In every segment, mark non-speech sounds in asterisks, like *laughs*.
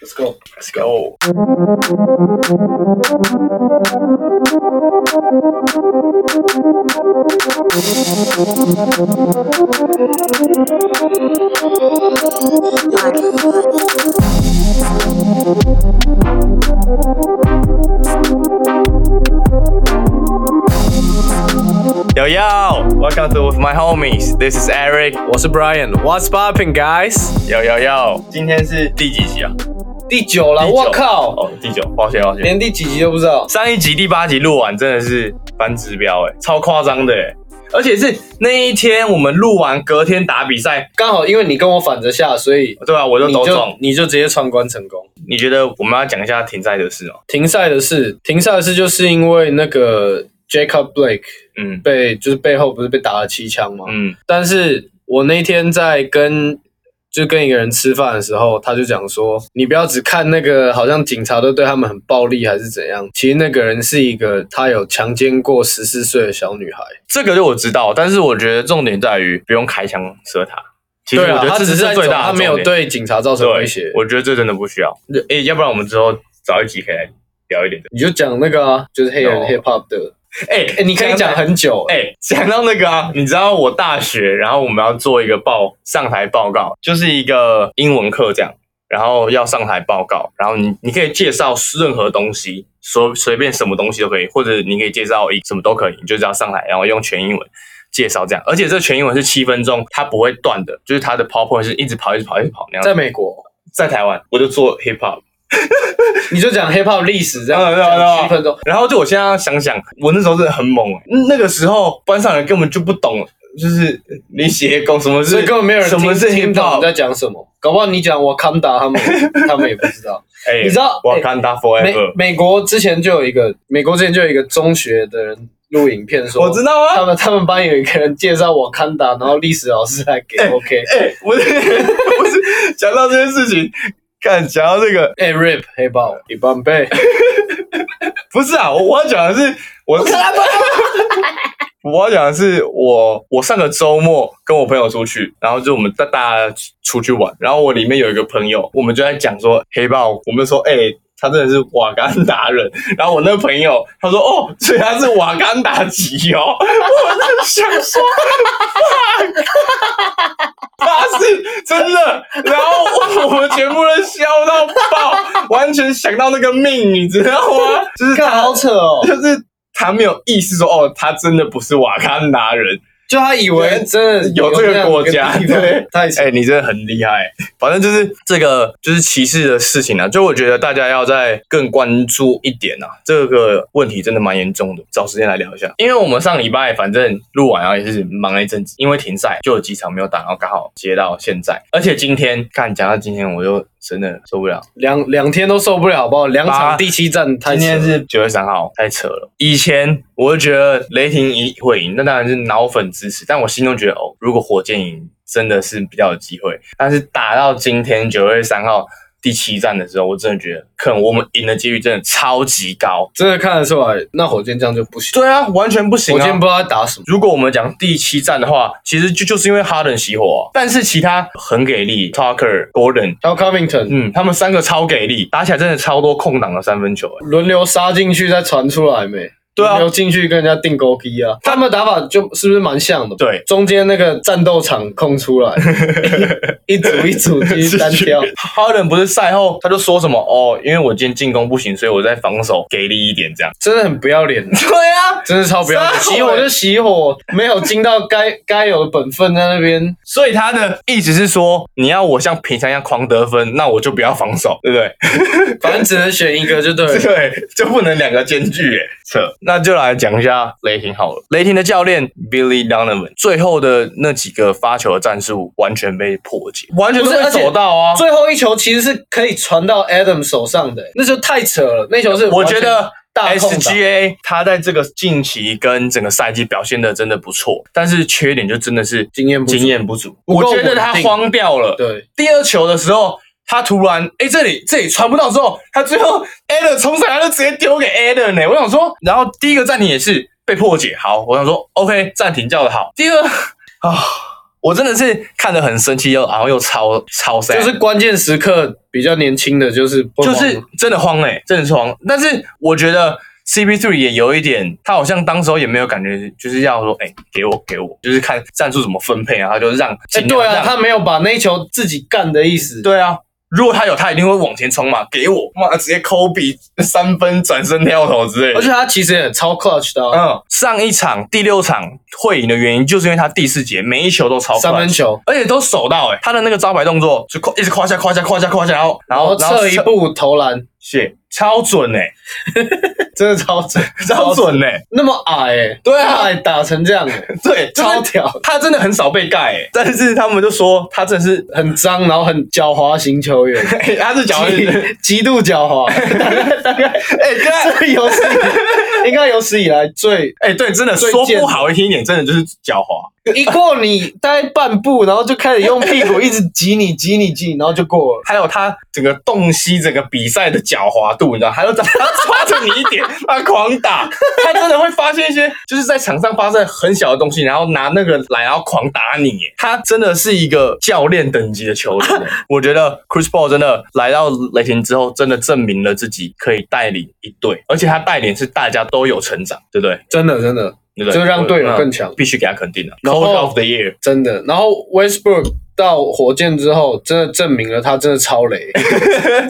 Let's go. Let's go. Yo yo, welcome to with my homies. This is Eric. 我是 Brian，What's popping, guys？ Yo yo yo，今天是第几集啊？第九了，第九我靠，哦，第九，抱歉抱歉。连第几集都不知道。上一集第八集录完真的是翻指标哎、超夸张的哎、而且是那一天我们录完，隔天打比赛，刚好因为你跟我反着下，所以对吧、我就你都就中。你就直接闯关成功。你觉得我们要讲一下停赛的事哦？停赛的事，停赛的事就是因为那个 Jacob Blake 嗯被就是背后不是被打了七枪吗？嗯但是我那天在跟就跟一个人吃饭的时候，他就讲说，你不要只看那个好像警察都对他们很暴力还是怎样，其实那个人是一个他有强奸过十四岁的小女孩。这个就我知道，但是我觉得重点在于不用开枪射他。其实对我啊觉，得他这只是是在最走大的他没有重点对警察造成威胁对，。我觉得这真的不需要。诶、要不然我们之后找一集可以来聊一点的。你就讲那个啊，就是黑人哦 hip hop 的，哎、哎，你可以讲很久，哎、 *laughs* 讲到那个啊，你知道我大学，然后我们要做一个报上台报告，就是一个英文课这样，然后要上台报告，然后你你可以介绍任何东西，随随便什么东西都可以，或者你可以介绍一什么都可以，你就只要上台，然后用全英文。介绍这样，而且这全英文是七分钟，它不会断的，就是它的 PowerPoint 是一直跑，一直跑，一直跑那样子。在美国，在台湾，我就做 hip hop，你就讲 hip hop 历史这嗯样，对啊对啊讲七分钟。然后就我现在想想，我那时候真的很猛、欸，那个时候班上人根本就不懂，就是你写工什么是，所以根本没有人什么听是听 hip 懂你 hop，在讲什么，搞不好你讲我康达他们，他们也不知 *laughs* 道。哎你知道我看他美 forever，美国之前就有一个，美国之前就有一个中学的人录影片说，我知道啊他，们他们班有一个人介绍我康达，然后历史老师还给 OK，哎， *laughs* 我不是讲到这件事情，看讲到这个，哎 rip 黑豹一般被， *laughs* 不是啊，我我要讲的是我。我要讲的是，我我上个周末跟我朋友出去，然后就我们大大家出去玩，然后我里面有一个朋友，我们就在讲说黑豹，我们说哎、他真的是瓦干达人， *laughs* 然后我那个朋友他说哦，所以他是瓦干达籍哦，我就想说，他是真的，然后我们全部人笑到爆，完全想到那个命，你知道吗？就是干他好扯哦， *laughs* 就是他没有意识说，哦，他真的不是瓦干达人。 *laughs* 就他以为真的有这个国家有这样一个地方对太扯哎、你真的很厉害。反正就是这个就是歧视的事情啊，就我觉得大家要再更关注一点啊，这个问题真的蛮严重的，找时间来聊一下。因为我们上礼拜反正录完啊也是忙了一阵子，因为停赛就有几场没有打，然后刚好接到现在，而且今天看讲到今天我就真的受不了。两两天都受不了，好不好？两八场第七战太今扯了天是九月三号，太扯了。以前我就觉得雷霆赢会赢，那当然是脑粉支持，但我心中觉得哦，如果火箭赢，真的是比较有机会。但是打到今天九月三号第七战的时候，我真的觉得可能我们赢的几率真的超级高。真的看得出来，那火箭这样就不行。对啊，完全不行、啊。火箭不知道在打什么，如果我们讲第七战的话，其实就就是因为哈登熄火、啊，但是其他很给力，Tucker、Gordon，还有 Covington 嗯，他们三个超给力，打起来真的超多空档的三分球、欸。轮流杀进去再传出来没？对啊轮流进去跟人家定勾踢啊，他们打法就是不是蛮像的？对中间那个战斗场空出 *laughs* 来，一一组一组继续单挑。哈登不是赛后他就说什么哦，因为我今天进攻不行，所以我在防守给力一点这样。真的很不要脸、 *laughs* 对啊，真的超不要脸！杀我熄火就熄火，没有尽到该该有的本分，在那边所以他的意思是说，你要我像平常一样狂得分，那我就不要防守，对不对？反正只能选一个 *laughs* 就对了。对，就不能两个兼具耶。扯，那就来讲一下雷霆好了。雷霆的教练 Billy Donovan 最后的那几个发球的战术完全被破解，完全都不是被而且走到啊。最后一球其实是可以传到 Adam 手上的、那球太扯了，那球是我觉完全得大空档。 SGA 他在这个近期跟整个赛季表现的真的不错，但是缺点就真的是经验不足经验不足。不我够觉得他稳定慌掉了。对，第二球的时候，他突然哎、诶这里这里传不到之后，他最后 a d e n 冲上来就直接丢给 a d e n 呢、我想说，然后第一个暂停也是被破解，好，我想说 OK 暂停叫的好，第二啊。我真的是看得很生气，又然后又超超塞，就是关键时刻比较年轻的，就是会就慌是真的慌哎、真的是慌。但是我觉得 CP3 也有一点，他好像当时候也没有感觉，就是要说哎、给我给我，就是看战术怎么分配啊，他就让哎、尽量对啊，让他没有把那一球自己干的意思。对啊。如果他有，他一定会往前冲嘛，给我妈直接抠比三分转身跳投之类的而。且他其实也超 clutch 的啊、嗯，上一场第六场会赢的原因，就是因为他第四节每一球都超三分 clutch，球，而且都手到哎、欸，他的那个招牌动作就跨一直跨下跨下跨下跨下，然后然然后后撤一，步投篮，谢超准哎、欸，真的超准，超准哎、欸，那么矮、欸，对啊矮打成这样、欸，对， *laughs* 就是超屌，他真的很少被盖、欸，但是他们就说他真的是，很脏，然后很狡猾型球员，欸、他是讲，哎、极极度狡 *laughs* 猾，大概大概对啊，这有史以应该有史以来最哎、对，真的最说贱不好听一点，真的就是狡猾，一过你大概半步，然后就开始用屁股一直挤你挤你挤你，然后就过了。还有他整个洞悉整个比赛的狡猾度，你知道，还有他抓着你一点， *laughs* 他狂打，他真的会发现一些就是在场上发生很小的东西，然后拿那个来，然后狂打你耶。他真的是一个教练等级的球员耶。 *laughs* 我觉得 Chris Paul 真的来到雷霆之后，真的证明了自己可以带领一队，而且他带领是大家都有成长，对不对？真的真的对不对就让队友更强嗯必须给他肯定的。然后哦 Coach of the Year，真的。然后 Westbrook 到火箭之后，真的证明了他真的超 *laughs* 雷，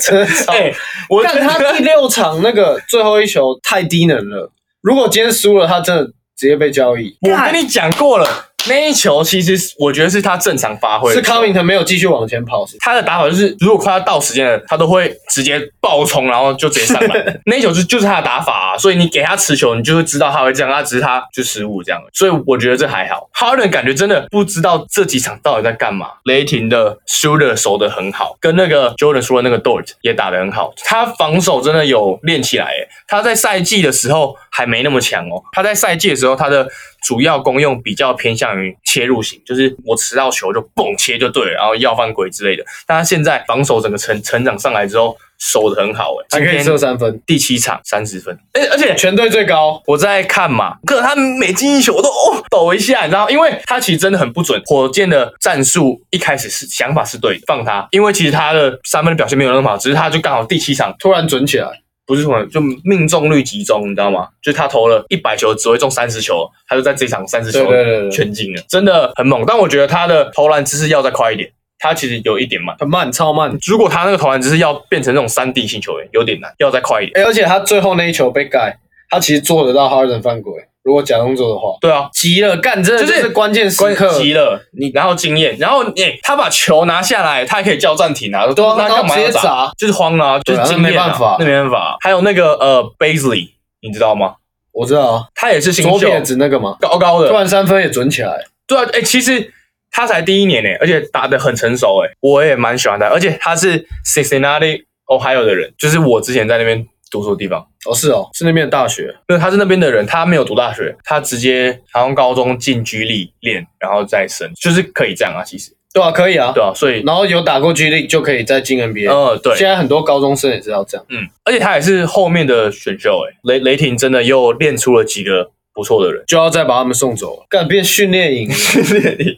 真的超。哎、我但他第六场那个最后一球太低能了，如果今天输了，他真的直接被交易。我跟你讲过了，那一球其实是我觉得是他正常发挥的是球，康明腾没有继续往前跑，是他的打法就是，如果快要到时间了，他都会直接爆冲，然后就直接上 *laughs* 来。那一球就就是他的打法、啊，所以你给他持球，你就会知道他会这样，啊他只是他就失误这样。所以我觉得这还好。哈登感觉真的不知道这几场到底在干嘛。雷霆的 shooter 守得很好，跟那个 Jordan 说的那个 Dort 也打得很好，他防守真的有练起来、欸。他在赛季的时候还没那么强哦，他在赛季的时候他的主要功用比较偏向于切入型，就是我持到球就蹦切就对了，然后要犯规之类的。但他现在防守整个成成长上来之后，守得很好、欸，还可以射哎今天三分，第七场三十分，而、而且全队最高。我在看嘛，哥他每进一球我都哦抖一下，你知道吗，因为他其实真的很不准。火箭的战术一开始是想法是对的，放他，因为其实他的三分的表现没有那么好，只是他就刚好第七场突然准起来，不是什么就命中率集中，你知道吗？就他投了一百球只会中三十球，他就在这场三十球对对对对全进了，真的很猛。但我觉得他的投篮姿势要再快一点，他其实有一点慢。很慢，超慢。如果他那个投篮姿势要变成那种三 D 型球员，有点难，要再快一点。哎、而且他最后那一球被盖，他其实做得到哈登犯规，如果假动作的话，对啊，急了，干真的就是就是关键时关刻，急了，你然后经验，然后你、欸他把球拿下来，他还可以叫暂停啊，对啊那然后干嘛要直接砸就是慌了、啊，就对啊是经验、那啊，没办法那没办法。还有那个呃 b a s l e y 你知道吗？我知道啊，他也是新左秀，撇子啊那个嘛，高高突的，然三分也准起来，对啊，哎、其实他才第一年呢、而且打得很成熟哎、我也蛮喜欢他，而且他是 Cincinnati Ohio 的人，就是我之前在那边读书的地方。哦是哦，是那边的大学，那他是那边的人，他没有读大学，他直接好像高中进居力练，然后再升，就是可以这样啊，其实对哦啊，可以啊，对啊，所以然后有打过 G League 就可以再进 NBA，、呃，对，现在很多高中生也知道这样，嗯，而且他也是后面的选秀、欸，雷雷霆真的又练出了几个不错 *laughs* 的人就要再把他们送走了，干变训练 *laughs* 营， *laughs*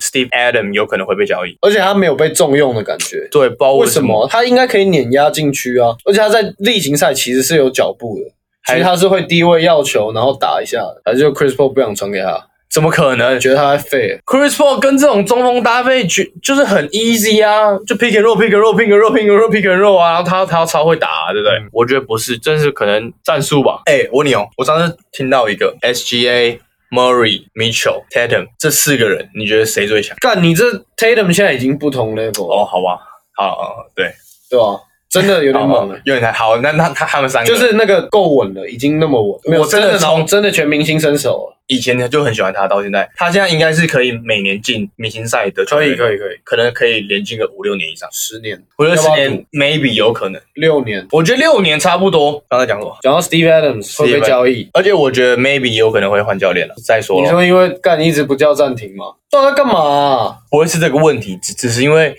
，Steve Adam 有可能会被交易，而且他没有被重用的感觉。对，不知道为什什么他应该可以碾压禁区啊？而且他在例行赛其实是有脚步的，其还实他是会低位要球，然后打一下的，还是就 Chris Paul 不想传给他，怎么可能觉得他在废。 ？Chris Paul 跟这种中锋搭配，就就是很 easy 啊，就 pick and roll，pick and roll，pick and roll，pick and roll，pick and roll 啊，然后他他超会打、啊，对不对？我觉得不是，真是可能战术吧。哎、我问你哦，我上次听到一个 SGA。Murray、Mitchell、Tatum 这四个人，你觉得谁最强？干，你这 Tatum 现在已经不同 level 了，哦，好吧，好，哦对，对吧、真的有有点猛了。哦有点太好。那那他他们三个就是那个够稳了，已经那么稳，没有我真的真从从真的全明星身手了，以前就很喜欢他，到现在他现在应该是可以每年进明星赛的球员，以，以可以，可能可以连进个五六年以上。十年，我觉得十要不要年 maybe 有可能，六年。我觉得六年差不多。刚才讲过，讲到 Steve Adams 会被 Steve 交易，而且我觉得 maybe 有可能会换教练了。再说你了，说因为干一直不叫暂停嘛？到底在干嘛啊、不会是这个问题，只只是因为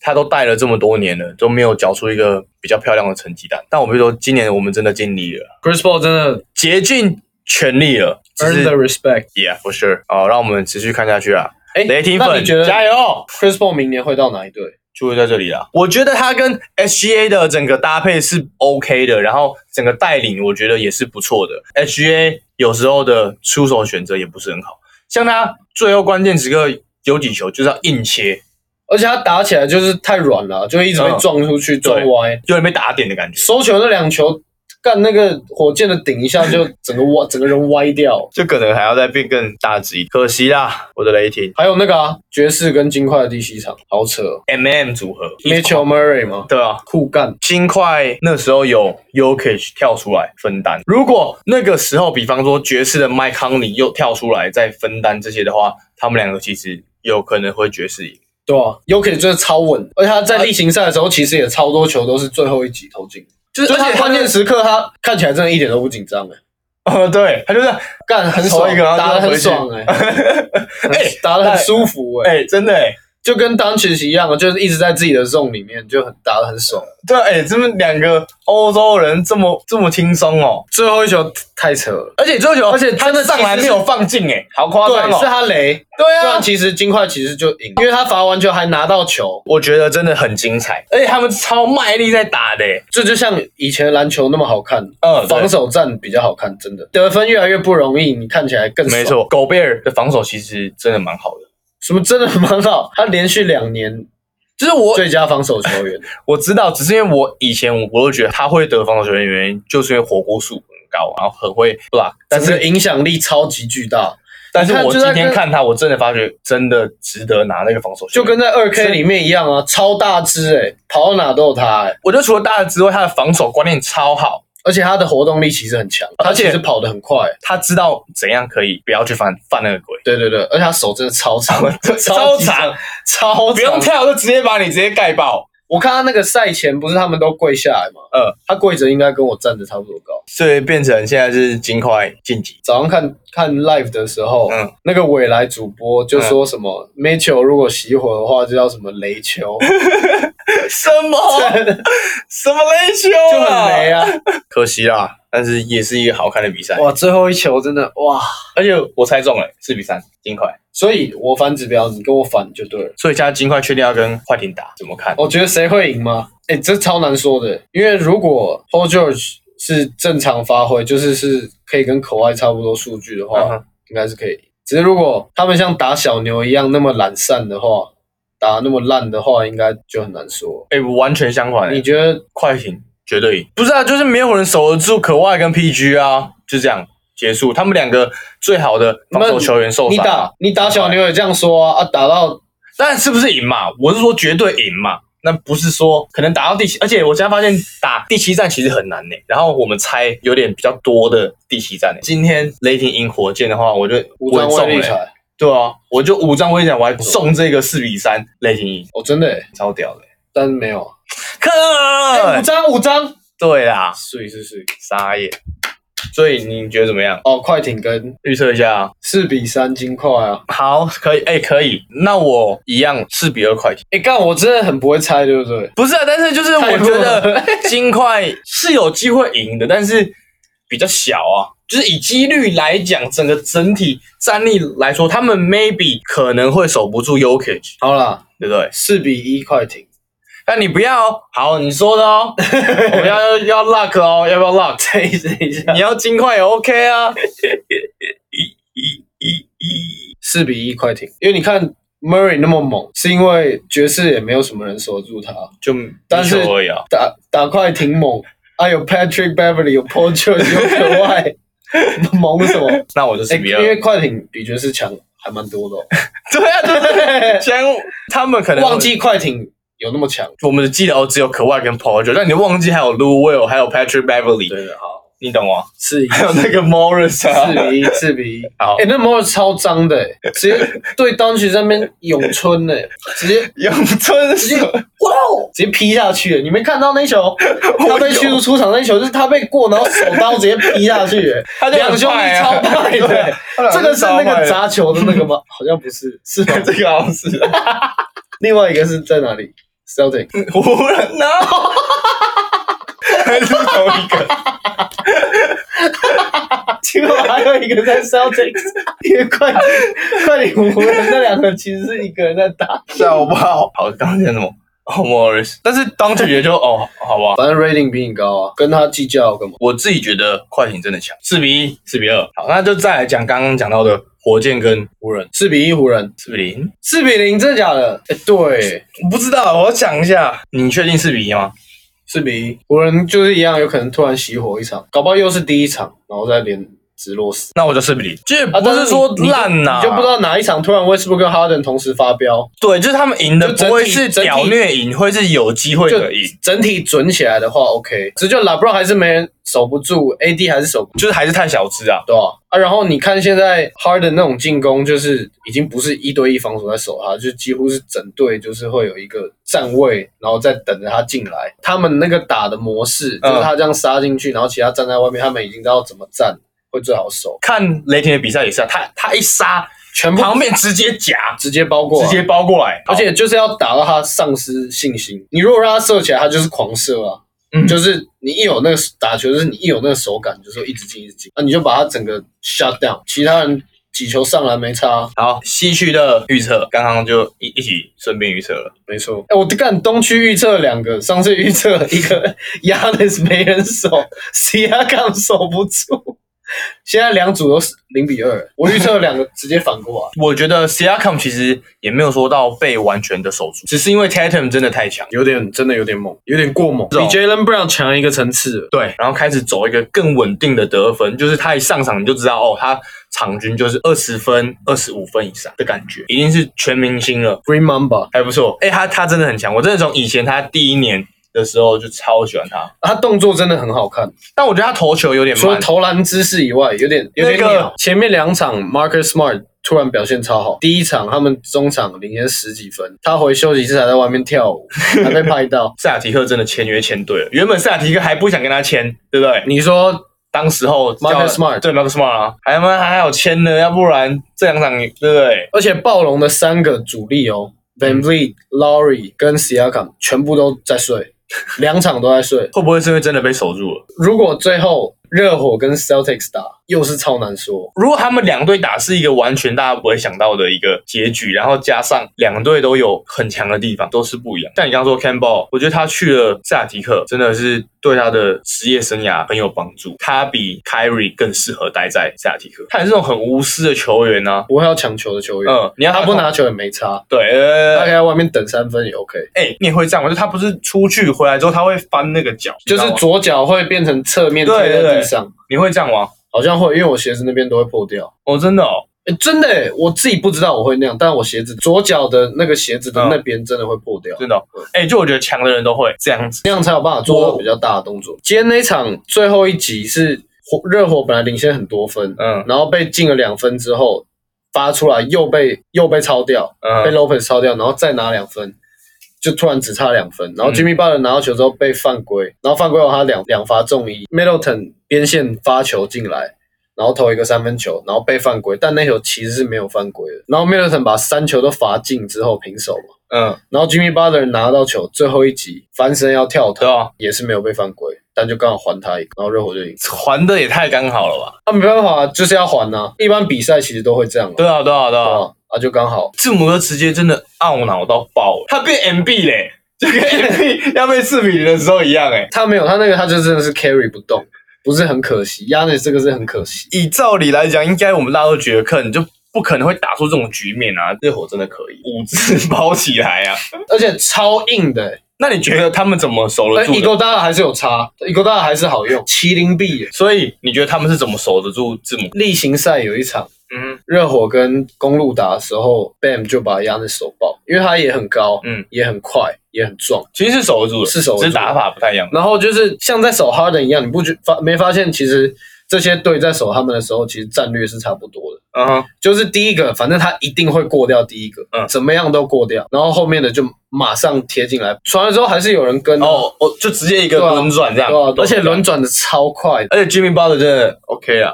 他都带了这么多年了，都没有缴出一个比较漂亮的成绩单。但我们说，今年我们真的尽力了， ？Chris Paul 真的竭尽全力了。只 earn 是 the respect。 Yeah, for sure. 哦，让我们持续看下去啊。哎、哎，雷霆那粉你觉得加油！ Chris Paul 明年会到哪一队？就会在这里啦。我觉得他跟 SGA 的整个搭配是 OK 的，然后整个带领我觉得也是不错的。SGA 有时候的出手选择也不是很好，像他最后关键时刻有几球就是要硬切，而且他打起来就是太软了，就会一直被嗯撞出去、撞对歪。有点被打点的感觉，收球那两球，干那个火箭的顶 *laughs* 一下就整个歪，整个人歪掉。就可能还要再变更大只一点。可惜啦，我的雷霆还有那个啊，爵士跟金块的第七场，好扯哦。 MM 组合 Mitchell Murray 吗？对啊，酷干，金块那时候有 Yokich 跳出来分担，如果那个时候，比方说爵士的麦康尼又跳出来再分担这些的话，他们两个其实有可能会爵士赢。对啊 y o k i 真的超稳，而且他在例行赛的时候，其实也超多球都是最后一集投进，就是而而且且关关键键是，时刻他看起来真的一点都不紧张哎，呃， *laughs* 对他就是，干很投爽，一个然后打得就回很去爽哎，哎 *laughs* 打得很舒服哎，哎、真的哎、就跟当其实一样，就是一直在自己的 zone 里面，就很打得很爽。对啊哎、这么两个欧洲人这么这么轻松哦，最后一球太扯了，而且这球，而且他真的上来其实没是有放进哎、好夸张对，是哦，他雷，对不啊然，其实金块其实就赢，因为他罚完球还拿到球，我觉得真的很精彩，而且他们超卖力在打的、欸，这就像以前篮球那么好看，嗯对防守战比较好看，真的得分越来越不容易，你看起来更爽没错，狗贝尔的防守其实真的蛮好的。什么真的蛮好，他连续两年就是我最佳防守球员，我知道，只是因为我以前我我都觉得他会得防守球员的原因，就是因为火锅素很高，然后很会 block。但但是是影响力超级巨大，但是你看我就今在跟天看他，我真的发觉真的值得拿那个防守就球员。跟在二 K 里面一样啊，超大只哎、跑到哪都有他哎、我觉得除了大的之外，他的防守观念超好，而且他的活动力其实很强，他而且其实跑得很快、他知道怎样可以不要去犯犯那个规，，对对对，而且他手真的超长 *laughs* 超超级长，超不用长。跳就直接把你直接盖爆。我看他那个赛前不是他们都跪下来吗？呃，他跪着应该跟我站着差不多高。所以变成现在是金块晋级。早上看看 live 的时候，嗯那个未来主播就说什么、Mitchell 如果熄火的话，就叫什么雷 *laughs* 球，什么什么雷球就很雷啊？啊！可惜啦，但是也是一个好看的比赛，哇，最后一球真的哇！而且我猜中了四比三，金块。所以我反指标，你跟我反就对了。所以现在金块确定要跟快艇打，怎么看？我觉得谁会赢吗？哎、这超难说的，因为如果 Paul George 是正常发挥，就是是可以跟口外差不多数据的话，嗯哼应该是可以赢。只是如果他们像打小牛一样那么懒散的话，打那么烂的话，应该就很难说。哎、完全相反、你欸，觉得快艇绝对赢。不是啊，就是没有人守得住可外跟 PG 啊，就这样结束。他们两个最好的防守球员受你伤、啊打，你打小牛也这样说啊？啊，打到但是不是赢嘛？我是说绝对赢嘛。那不是说可能打到第七，而且我现在发现打第七站其实很难呢、然后我们猜有点比较多的第七站、欸。今天雷霆赢火箭的话，我就武装我也威中力了欸、才，对啊，我就五张威力，我还中这个四比三，雷霆赢，哦，真的、欸，超屌的、欸。但是没有。可、哎、五张五张，对啦，是是是。傻眼。所以你觉得怎么样？哦，快艇跟预测一下。啊四比三金块啊！好，可以，哎、可以。那我一样四比二快艇。哎、干，我真的很不会猜，对不对？不是啊，但是就是太我弱觉得了金块是有机会赢的，但是比较小啊。就是以几率来讲，整个整体战力来说，他们 maybe 可能会守不住 Yokich，好啦，对不对？四比一快艇。 *laughs* 但你不要哦好，你说的 *laughs* 哦，我们要要 luck 哦，要不要 luck？等一下，等一下，你要金块也 OK 啊。四比一快艇，因为你看 Murray 那么猛，是因为爵士也没有什么人守住他，就但是一球而已啊。打打快艇猛啊，有 Patrick Beverly，有 Paul George，有可外， *laughs* 猛什 *laughs* 么？那我就四哎、比因二。为快艇比爵士强还蛮多的、哦，对啊，对对，先他 *laughs* 们可能忘记快艇有那么强。我们的记得哦，只有可外跟 Paul George，但你忘记还有 Lou Will，还有 Patrick Beverly，对的，好，你懂吗？四一还有那个 Morris 啊，四 *laughs* 比一，四比一。好哎、，那 Morris 超脏的、欸，直接对当局在那边咏春呢、直接咏春直接哇哦，直接劈下去了！你没看到那球，他被驱逐出场那球，就是他被过，然后手刀直接劈下去，他就很两兄弟坏啊超派对啊的。这个是那个砸球的那个吗？ *laughs* 好像不是，是吗？这 *laughs* 个好像是另外一个是在哪里？Celtic *laughs* 湖人啊，还是同一个，结果还有一个在 *laughs* Celtics，因为快艇快艇湖人那两个其实是一个人在打，笑爆！好，刚刚讲什么？哦，Morris，但是当局也就哦，好吧。反正 rating 比你高啊，跟他计较干嘛？我自己觉得快艇真的强，四比一，四比二。好，那就再来讲刚刚讲到的火箭跟湖人，四比一湖人，四比零。四比零，真的假的？哎、对，我不知道，我要讲一下。你确定四比一吗？四比一，湖人就是一样，有可能突然熄火一场，搞不好又是第一场，然后再连直落死。那我就四比零。就是啊，不但是说你烂你呐、就不知道哪一场突然 Westbrook 跟 Harden 同时发飙，对，就是他们赢的就整不体会是整体屌虐赢，会是有机会就的赢，整体准起来的话，OK。只是就 LeBron 还是没人守不住，AD 还是守不住，就是还是太小只啊。对吧、啊？然后你看现在 Harden 那种进攻，就是已经不是一对一防守在守他，就几乎是整队就是会有一个站位，然后再等着他进来。他们那个打的模式，就是他这样杀进去，然后其他站在外面，他们已经知道怎么站会最好守，看雷霆的比赛也是啊，他他一杀，全部旁边直接夹，直接包过来，直接包过来，而且就是要打到他丧失信心。你如果让他射起来，他就是狂射啊。嗯就是你一有那个打球，就是你一有那个手感，就是一直进一直进，那、你就把他整个 shut down。其他人几球上篮没差，好，西区的预测刚刚就一一起顺便预测了。没错。哎、我干东区预测两个，上次预测一个 Yanis 没人守 c i a g a m 守不住，现在两组都是零比二。我预测两个直接反过来，我觉得 Siakam 其实也没有说到被完全的守住，只是因为 Tatum 真的太强， *laughs* 有点真的有点猛，有点过猛，比是哦 Jalen Brown 强一个层次了。对，然后开始走一个更稳定的得分，就是他一上场你就知道哦，他场均就是二十分、二十五分以上的感觉，已经是全明星了， Green Mamba，还不错。哎，他他真的很强，我真的从以前他第一年的时候就超喜欢他，他动作真的很好看，但我觉得他投球有点除了慢，投篮姿势以外，有点有点那个鸟。前面两场 Marcus Smart 突然表现超好，第一场他们中场领先十几分，他回休息室还在外面跳 *laughs* 舞，还被拍到。塞尔提克真的签约签对了，原本塞尔提克还不想跟他签，对不对？你说当时候 Marcus Smart 对 Marcus Smart 啊，还蛮还好签的，要不然这两场对不对？而且暴龙的三个主力哦，Van 嗯 Vliet、Lowry 跟 Siakam 全部都在 *laughs* 睡，两场都在睡。会不会是因为真的被守住了？如果最后热火跟 Celtics 打，又是超难说。如果他们两队打是一个完全大家不会想到的一个结局，然后加上两队都有很强的地方，都是不一样。像你刚刚说 Campbell，我觉得他去了塞尔提克，真的是对他的职业生涯很有帮助。他比 Kyrie 更适合待在塞尔提克，他也是那种很无私的球员呢、不会要抢球的球员，嗯，你要他不控拿球也没差，对，他可以呃在外面等三分也 OK。哎、你也会这样吗？就他不是出去回来之后，他会翻那个脚，就你知是道吗左脚会变成侧面对贴在对对地上，你会这样吗？好像会，因为我鞋子那边都会破掉。哦，真的哦，诶真的、诶我自己不知道我会那样，但我鞋子左脚的那个鞋子的嗯那边真的会破掉，真的、哦，哎、就我觉得强的人都会这样子，那样才有办法做到比较大的动作。今天那一场最后一集是火热火本来领先很多分，嗯然后被进了两分之后发出来又被又被超掉，被嗯， Lopez 超掉，然后再拿两分，就突然只差两分。然后嗯 Jimmy Butler 拿到球之后被犯规，然后犯规后他两两罚中一，Middleton 边线发球进来，然后投一个三分球，然后被犯规，但那球其实是没有犯规的。然后 Middleton 把三球都罚进之后平手嘛，嗯，然后 Jimmy Butler 拿到球最后一集翻身要跳对投，啊，也是没有被犯规，但就刚好还他一个，然后热火就赢。还的也太刚好了吧？啊，没办法，就是要还呐、一般比赛其实都会这样、啊，对啊，对啊，对啊，啊，啊就刚好。字母哥直接真的懊恼到爆，他变 MB 嘞，就 *laughs* 跟 MB 要被四比零的时候一样哎。他没有，他那个他就真的是 carry 不动，不是很可惜。亚内这个是很可惜，以照理来讲，应该我们大家都觉得克你就不可能会打出这种局面啊，热火真的可以五字包起来啊。 *laughs* 而且超硬的、欸。那你觉得他们怎么守得但 e 住的？ g 大还是有差 e g 大还是好用。麒麟臂、欸，所以你觉得他们是怎么守得住字母？例行赛有一场嗯，热火跟公路打的时候，Bam 就把亚内手爆，因为他也很高，嗯嗯，也很快，也很壮。其实是守得住的，是守得住只是打法不太一样。然后就是像在守 Harden 一样，你不觉发没发现其实这些队在守他们的时候，其实战略是差不多的。嗯哼，就是第一个，反正他一定会过掉第一个，嗯怎么样都过掉，然后后面的就马上贴进来，传了之后还是有人跟啊，哦，哦，就直接一个对啊轮转这对样，啊，对啊而且轮，转的超快，而且 Jimmy Butler 真的 OK 啊。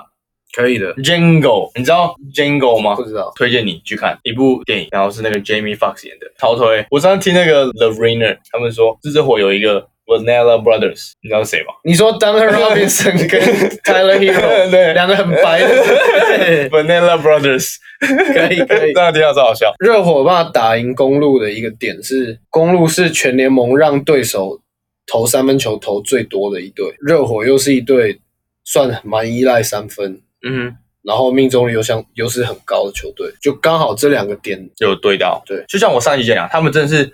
可以的， Django，你知道 Django 吗不？知道推荐你去看一部电影，然后是那个 Jamie Foxx 演的，超推。我上次听那个 The Rainer 他们说，这只火有一个 Vanilla Brothers，你知道 *laughs* 是谁吗？你说 Duncan Robinson 跟 Tyler Hero 对两个很白的， *laughs* ，Vanilla Brothers， *laughs* 可以可以这。样听到超好笑。热火爸打赢公路的一个点是，公路是全联盟让对手投三分球投最多的一队，热火又是一队算蛮依赖三分，嗯，然后命中率又相又是很高的球队，就刚好这两个点。有对到，对就像我上一集讲，他们真的是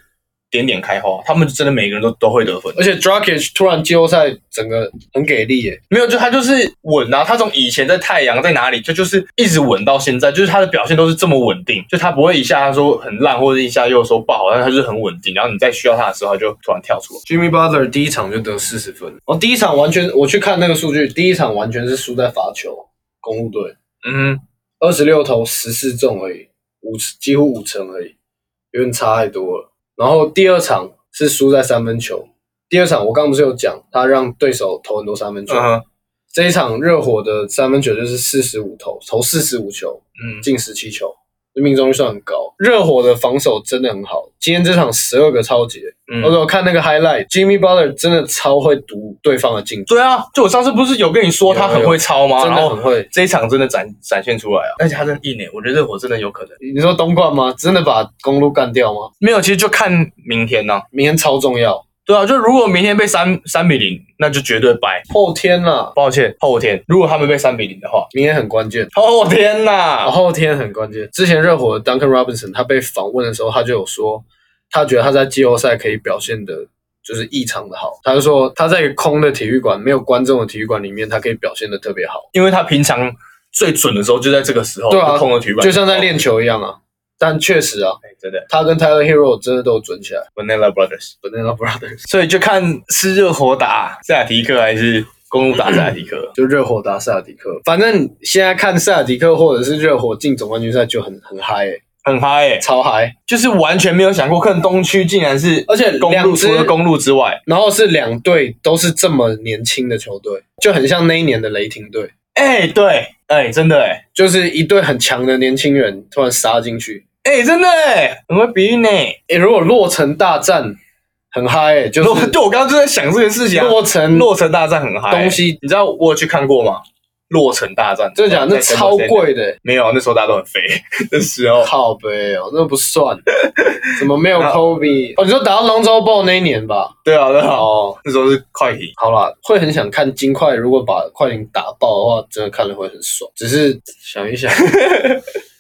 点点开花，他们真的每个人都都会得分而，且 Dragic 突然季后赛整个很给力耶，没有就他就是稳啊，他从以前在太阳在哪里，就就是一直稳到现在，就是他的表现都是这么稳定，就他不会一下说很烂，或者一下又说不好，但是他就是很稳定，然后你在需要他的时候，他就突然跳出来。 Jimmy Butler 第一场就得四十分，哦，第一场完全我去看那个数据，第一场完全是输在罚球，公路队嗯哼，二十六投十四中而已，五几乎五成而已，有点差太多了。然后第二场是输在三分球，第二场我刚不是有讲他让对手投很多三分球，嗯哼，这一场热火的三分球就是四十五投，投四十五球，嗯，进十七球，命中率算很高。热火的防守真的很好，今天这场十二个超级，嗯而且我看那个 highlight，Jimmy Butler 真的超会读对方的进攻，对啊，就我上次不是有跟你说他很会抄吗？真然的后很会。这一场真的展展现出来啊，而且他真的硬诶、我觉得我真的有可能。你说东冠吗？真的把公路干掉吗？没有，其实就看明天呐、明天超重要，对啊，就如果明天被三三比零，那就绝对败。后天啦，抱歉，后天如果他们被三比零的话，明天很关键。后天呐、 *laughs* 啊，后天很关键。之前热火的 Duncan Robinson 他被访问的时候，他就有说，他觉得他在季后赛可以表现的，就是异常的好。他就说他在空的体育馆、没有观众的体育馆里面，他可以表现的特别好，因为他平常最准的时候就在这个时候，对啊空了体育板就像在练球一样啊。但确实啊，哎真的他跟 Tyler Hero 真的都有准起来 Vanilla Brothers， ，Banana Brothers。所以就看是热火打塞尔提克还是公路打塞尔提克就热火打塞尔迪克。反正现在看塞尔迪克或者是热火进总冠军赛就很很嗨、欸，很嗨诶、超嗨，就是完全没有想过，看东区竟然是而且公两路支除了公路之外，然后是两队都是这么年轻的球队，就很像那一年的雷霆队。哎、对，哎、真的哎、就是一队很强的年轻人突然杀进去。哎、真的哎、很会比喻呢。诶，如果落成大战很嗨、欸，就洛是 *laughs* 对我刚刚就在想这件事情、啊，落成洛城大战很嗨、欸东西你知道我有去看过吗？洛城大战，真的假的？那在超，贵的、欸没有，那时候大家都很肥， *laughs* 那时候靠背哦，那不算。怎么没有 Kobe？哦，你说打到 Lonzo Ball 那一年吧？对啊，对啊，哦，那时候是快艇，好啦，会很想看金块，如果把快艇打爆的话，真的看了会很爽。只是想一想，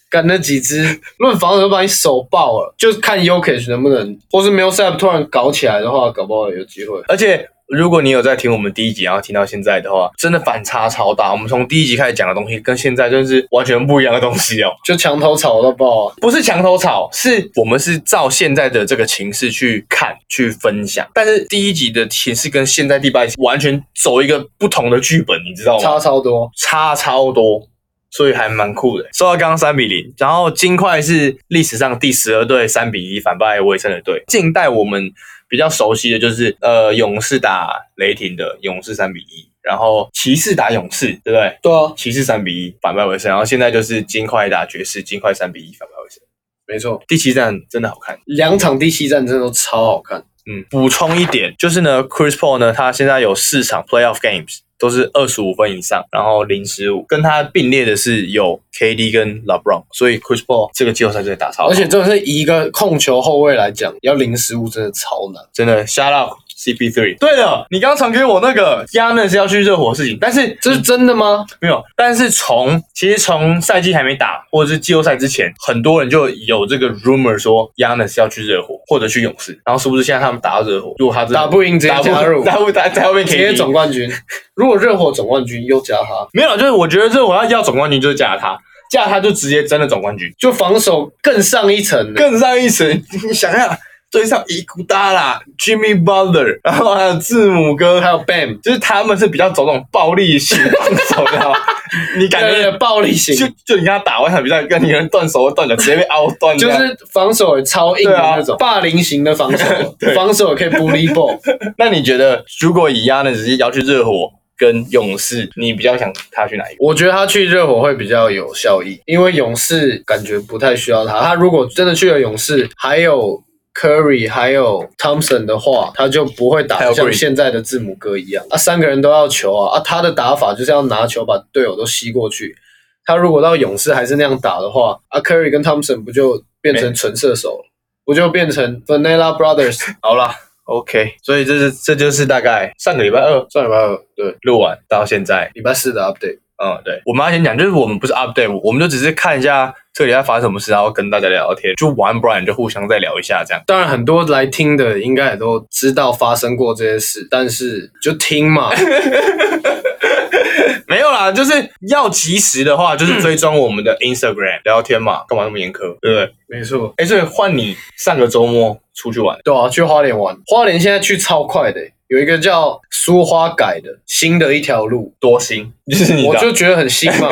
干那几只论防守都把你手爆了，就是看 y o k i c 能不能，或是 Millsap 突然搞起来的话，搞不好有机会。而且。如果你有在听我们第一集，然后听到现在的话，真的反差超大。我们从第一集开始讲的东西，跟现在真是完全不一样的东西哦。 *laughs* 就墙头草到爆啊！不是墙头草，是我们是照现在的这个情势去看、去分享。但是第一集的情势跟现在第八集完全走一个不同的剧本，你知道吗？差超多。差超多，所以还蛮酷的。说到刚刚三比零，然后金块是历史上第十二队三比一反败威胜的队。近代我们比较熟悉的就是呃勇士打雷霆的勇士三比一，然后骑士打勇士，对不对？对啊，骑士三比一反败为胜，然后现在就是金块打爵士，金块三比一反败为胜。没错，第七站真的好看。两场第七战真的都超好看。嗯，补充一点，就是呢，Chris Paul 呢，他现在有四场 Playoff Games 都是二十五分以上，然后零失误，跟他并列的是有 KD 跟 LeBron，所以 Chris Paul 这个季后赛真的打超好，而且这是以一个控球后卫来讲，要零失误真的超难。真的 shout out CP3。对了，你刚传给我那个 y a n n i s 要去热火的事情，但是这是真的吗？没有，但是从其实从赛季还没打，或者是季后赛之前，很多人就有这个 rumor 说 Yanis 要去热火或者去勇士，然后是不是现在他们打到热火，如果他真的打不赢直接打不加入打不打在后面直接 KD 总冠军。如果热火总冠军又加他，没有，就是我觉得这我要要总冠军就是嫁他，嫁他就直接真的总冠军，就防守更上一层了。更上一层。你想想，对上伊古达啦、Jimmy Butler，然后还有字母哥，还有 Bam，就是他们是比较走那种暴力型防守的 *laughs* 哦，你感对对觉对暴力就型，就你跟他打完场比赛，跟你有人断手断脚，直接被凹断这就样，是防守也超硬的那啊种，霸凌型的防守， *laughs* 防守也可以 bully ball。那你觉得，如果以亚呢直接要去热火跟勇士，你比较想他去哪一个？我觉得他去热火会比较有效益，因为勇士感觉不太需要他。他如果真的去了勇士，还有 Curry 还有 Thompson 的话，他就不会打还有得 Green 像现在的字母哥一样啊，三个人都要球啊啊，他的打法就是要拿球把队友都吸过去。他如果到勇士还是那样打的话，啊 Curry 跟 Thompson 不就变成纯射手了？不就变成 Vanilla Brothers 好啦 o k 所以这是这就是大概上个礼拜二算了吧？对，录完到现在，礼拜四的 update。嗯，对，我们要先讲，就是我们不是 update，我们就只是看一下这个礼拜发生什么事，然后跟大家聊聊天，就玩不然就互相再聊一下这样。当然，很多来听的应该也都知道发生过这些事，但是就听 *laughs* 嘛。没有啦，就是要及时的话，就是追踪我们嗯的 Instagram 聊天嘛，干嘛那么严苛，对不对？没错，哎，所以换你上个周末出去玩，对啊，去花莲玩，花莲现在去超快的、有一个叫苏花改的新的一条路，多心，就是你我的就觉得很新 *laughs* 嘛。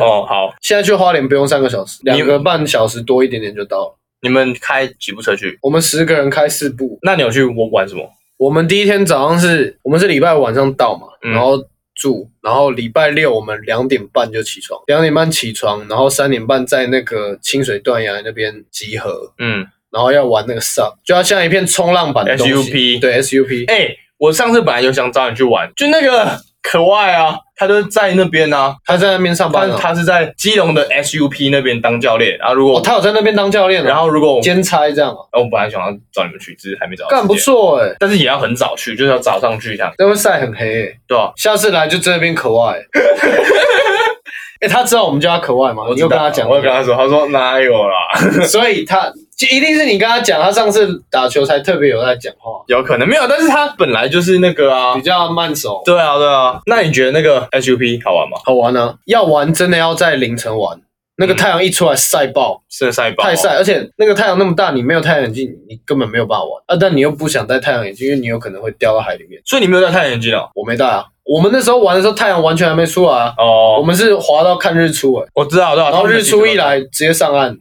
哦好，现在去花莲不用三个小时，两个半小时多一点点就到了。你们开几部车去？我们十个人开四部，那你有去玩什么？我们第一天早上是，我们是礼拜五晚上到嘛，嗯然后住，然后礼拜六我们两点半就起床，两点半起床，然后三点半在那个清水断崖那边集合，嗯，然后要玩那个 sub，就要像一片冲浪板的东西 SUP 对 SUP，、哎、我上次本来有想找你去玩，就那个可爱啊，他就在那边啊，他在那边上他班、啊，他是在基隆的 SUP 那边当教练，然后如果、哦，他有在那边当教练、啊，然后如果我哦兼差这样、啊，然后我本来想要找你们去，只是还没找到干不时间，错哎、但是也要很早去，就是要早上去这样，那会晒很黑、欸，对啊吧、下次来就这边可 *laughs* 爱、欸。哎、他知道我们叫他可爱吗？我你有知道啊跟他讲我过？有跟他说，他说哪有啦， *laughs* 所以他就一定是你跟他讲，他上次打球才特别有在讲话，有可能没有，但是他本来就是那个啊比，较慢手，对啊对啊。那你觉得那个 SUP 好玩吗？好玩啊！要玩真的要在凌晨玩，那个嗯太阳一出来晒爆，是晒爆，啊太晒，而且那个太阳那么大，你没有太阳眼镜，你根本没有办法玩啊！但你又不想戴太阳眼镜，因为你有可能会掉到海里面。所以你没有戴太阳眼镜哦。我没戴啊，我们那时候玩的时候太阳完全还没出来啊，我哦，们是滑到看日出哎、我知道，我知道。然后他们日的技术出一都来直接上 *laughs* 岸，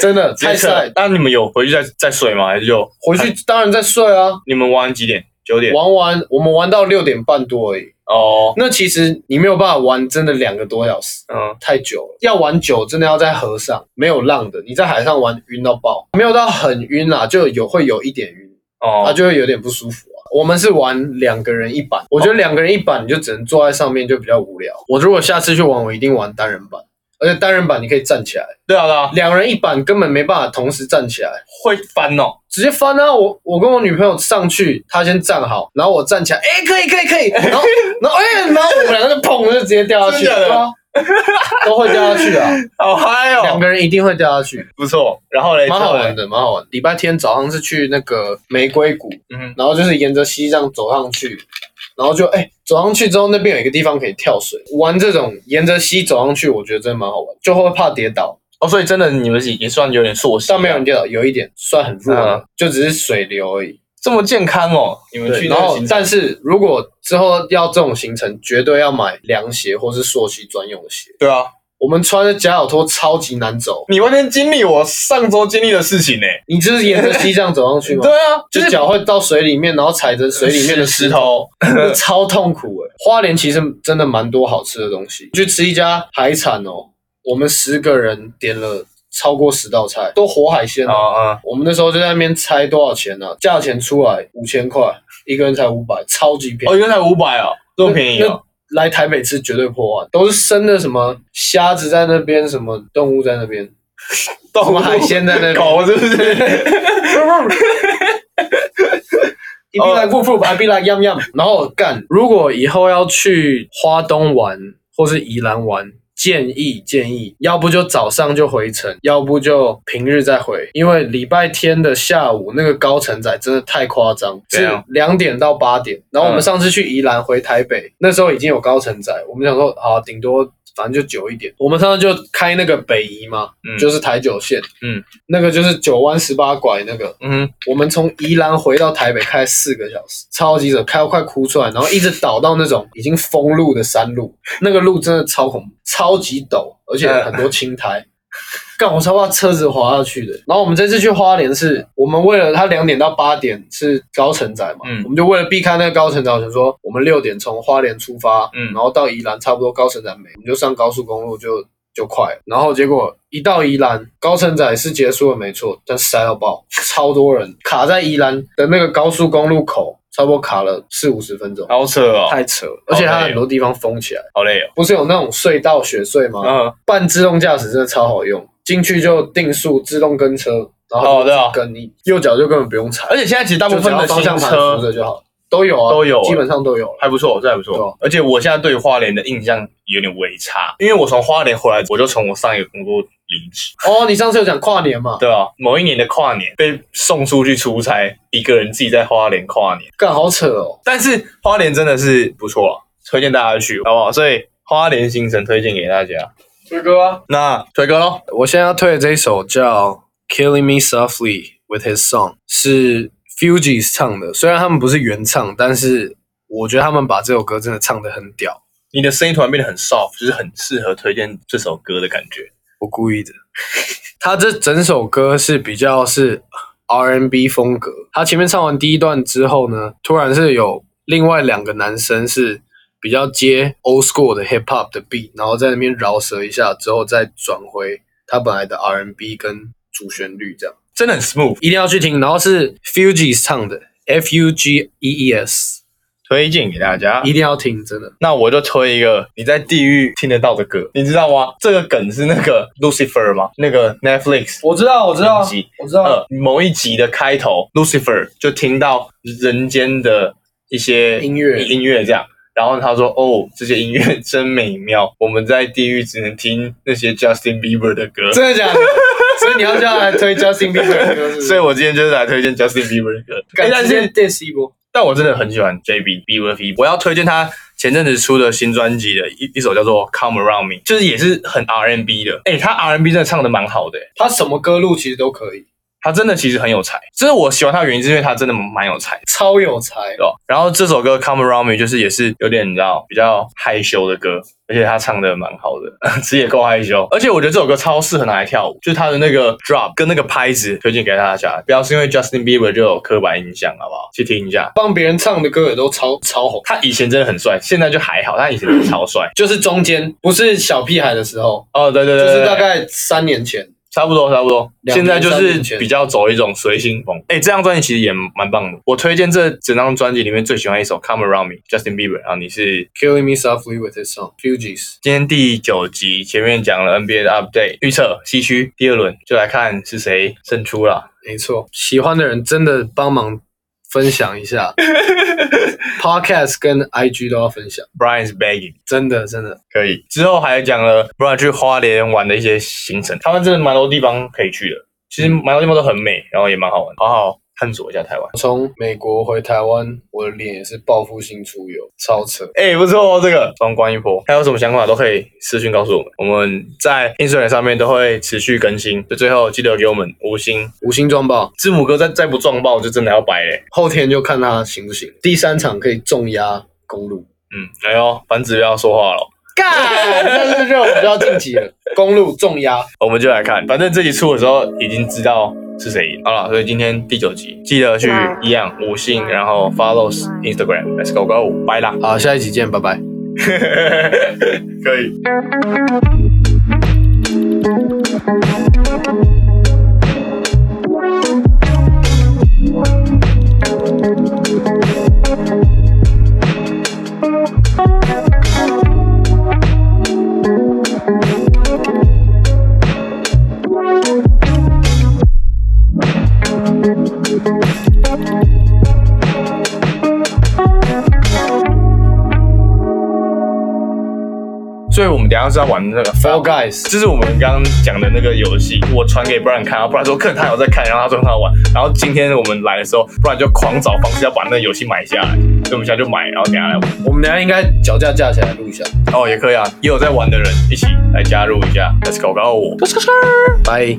真的直接太晒撤，。那你们有回去再再睡吗？还是就回去当然再睡啊，你们玩几点？九点玩完我们玩到六点半多而已。哦，那其实你没有办法玩真的两个多小时，嗯，太久了。要玩久，真的要在河上没有浪的，你在海上玩晕到爆，没有到很晕啦，就有会有一点晕，啊，哦，就会有点不舒服啊。我们是玩两个人一板，我觉得两个人一板你就只能坐在上面，就比较无聊。我如果下次去玩，我一定玩单人板，而且单人板你可以站起来，对啊对啊，两人一板根本没办法同时站起来。会翻哦，直接翻啊！我我跟我女朋友上去，她先站好，然后我站起来，哎、可以可以可以，然后然后哎、然后我们两个就砰就直接掉下去，真的假的对啊，都会掉下去啊， *laughs* 好嗨两哦，个人一定会掉下去，不错。欸然后嘞，蛮好玩的，的，蛮好玩。礼拜天早上是去那个玫瑰谷，嗯，然后就是沿着溪这样走上去，然后就哎、走上去之后那边有一个地方可以跳水，玩这种沿着溪走上去，我觉得真的蛮好玩，就会怕跌倒，哦，所以真的你们也也算有点硕士，但没有人跌倒，有一点算很弱了，就只是水流而已。这么健康哦，你们对，去然那个后行程，但是如果之后要这种行程，绝对要买凉鞋或是溯溪专用的鞋。对啊，我们穿着夹脚拖超级难走，你完全经历我上周经历的事情呢，你就是沿着溪这样走上去吗？ *laughs* 对啊，就就是脚会到水里面，然后踩着水里面的石头，头，那 *laughs* 超痛苦诶、花莲其实真的蛮多好吃的东西，去吃一家海产哦，我们十个人点了超过十道菜，都活海鲜啊哦。啊，我们那时候就在那边猜多少钱呢、啊？价钱出来五千块，一个人才五百，超级便宜。哦，原来五百哦，这么便宜哦，那来台北吃绝对破万，都是生的什么虾子在那边，什么动物在那边，什动么海鲜在那边。狗是不 *laughs* 是？ *laughs* 一比来过付，还比来 yum yum。然后干，如果以后要去花东玩或是宜兰玩。建议建议，要不就早上就回程，要不就平日再回，因为礼拜天的下午那个高承载真的太夸张，怎是样两点到八点。然后我们上次去宜兰回台北，那时候已经有高承载，我们想说好，顶多反正就久一点。我们上次就开那个北宜嘛，嗯就是台九线，嗯，那个就是九弯十八拐那个，嗯，我们从宜兰回到台北开了四个小时，超级扯，开到快哭出来，然后一直倒到那种已经封路的山路，那个路真的超恐怖，超级陡，而且很多青苔。 *laughs* 干，我超怕车子滑下去的。然后我们这次去花莲是，我们为了它两点到八点是高承载嘛，嗯我们就为了避开那个高承载，我想说我们六点从花莲出发，嗯然后到宜兰差不多高承载没，我们就上高速公路就就快了。然后结果一到宜兰，高城仔是结束了没错，但塞到爆，超多人卡在宜兰的那个高速公路口，差不多卡了四五十分钟，好扯哦，太扯了，而且它很多地方封起来，好累哦。不是有那种隧道雪隧吗？嗯，半自动驾驶真的超好用，进去就定速自动跟车，然后哦对啊跟你右脚就根本不用踩，而且现在其实大部分的就只要方新向盘扶车着就好，都有啊，都有基本上都有了。还不错，这还不对错啊。而且我现在对花莲的印象有点微差，因为我从花莲回来，我就从我上一个工作离职。哦，你上次有讲跨年嘛？对啊，某一年的跨年被送出去出差，一个人自己在花莲跨年。干好扯哦，但是花莲真的是不错啊，推荐大家去，好不好？所以花莲行程推荐给大家。崔哥啊，那推歌喽，我现在要推的这一首叫《Killing Me Softly with His Song》，是 Fugees 唱的。虽然他们不是原唱，但是我觉得他们把这首歌真的唱得很屌。你的声音突然变得很 soft，就是很适合推荐这首歌的感觉。我故意的。他这整首歌是比较是 R&B 风格。他前面唱完第一段之后呢，突然是有另外两个男生是比较接 old school 的 hip hop 的 beat，然后在那边饶舌一下之后再转回他本来的 R&B 跟主旋律这样。真的很 smooth，一定要去听。然后是 Fugees 唱的，F U G E E S，推荐给大家一。定要听，真的。那我就推一个你在地狱听得到的歌，你知道吗？这个梗是那个 Lucifer 吗？那个 Netflix 我知道，我知道我知道呃某一集的开头，Lucifer 就听到人间的一些音乐音乐这样。然后他说：“哦，这些音乐真美妙，我们在地狱只能听那些 Justin Bieber 的歌。”真的假的？所以你要这样来推 Justin Bieber 的歌是不是， *laughs* 所以我今天就是来推荐 Justin Bieber 的歌。敢诶但直接是 diss 一波。但我真的很喜欢 J B B V P，我要推荐他前阵子出的新专辑的一一首叫做《Come Around Me》，就是也是很 R N B 的。哎、他 R N B 真的唱的蛮好的、诶他什么歌路其实都可以，他真的其实很有才。这是我喜欢他的原因，是因为他真的蛮有才的。超有才。对吧哦然后这首歌《Come Around Me》就是也是有点你知道比较害羞的歌，而且他唱的蛮好的， *laughs* 其实也够害羞。而且我觉得这首歌超适合拿来跳舞，就是他的那个 drop 跟那个拍子，推荐给大家。不要是因为 Justin Bieber 就有刻板印象，好不好？去听一下。帮别人唱的歌也都超超红，他以前真的很帅，现在就还好。他以前真的超帅。就是中间不是小屁孩的时候，哦，对对就对，是对大概三年前。差不多差不多。两现年在就三年是前比较走一种随性风。哎，这张专辑其实也蛮棒的。我推荐这整张专辑里面最喜欢一首《Come Around Me》，Justin Bieber。然后你是 Killing me softly with his song, Fugees。今天第九集前面讲了 NBA 的 update 预测西区第二轮，就来看是谁胜出了。没错，喜欢的人真的帮忙分享一 *laughs* 下，Podcast 跟 IG 都要分享， Brian's begging 真的真的。可以。之后还讲了 Brian 去花莲玩的一些行程，他们真的蛮多地方可以去的，其实蛮多地方都很美，然后也蛮好玩，好好探索一下台湾。从美国回台湾，我的脸也是报复性出油，超扯。哎、不错哦，这个双关一波，还有什么想法都可以私讯告诉我们，我们在 Instagram 上面都会持续更新。就最后记得给我们五星，五星撞爆，字母哥再再不撞爆就真的要掰嘞、后天就看他行不行。第三场可以重压公路，嗯，哎呦，反指标说话了。干， *laughs* 但是热火就要晋级了，公路重压。我们就来看，反正这集出的时候已经知道是谁赢。好了，所以今天第九集，记得去一样五星，然后 follow Instagram，Let's go go，拜啦，好，下一集见，拜拜。 *laughs* 可以。所以我们等一下是要玩那个 Four guys，就是我们刚刚讲的那个游戏，我传给 Brian 看，然后 Brian 说看他有在看，然后他说很好玩。然后今天我们来的时候，Brian 就狂找方式要把那个游戏买下来，所以我们现在就买，然后等一下来玩。我们等一下应该脚架架起来录一下。哦，也可以啊，也有在玩的人一起来加入一下，Let's go go。拜。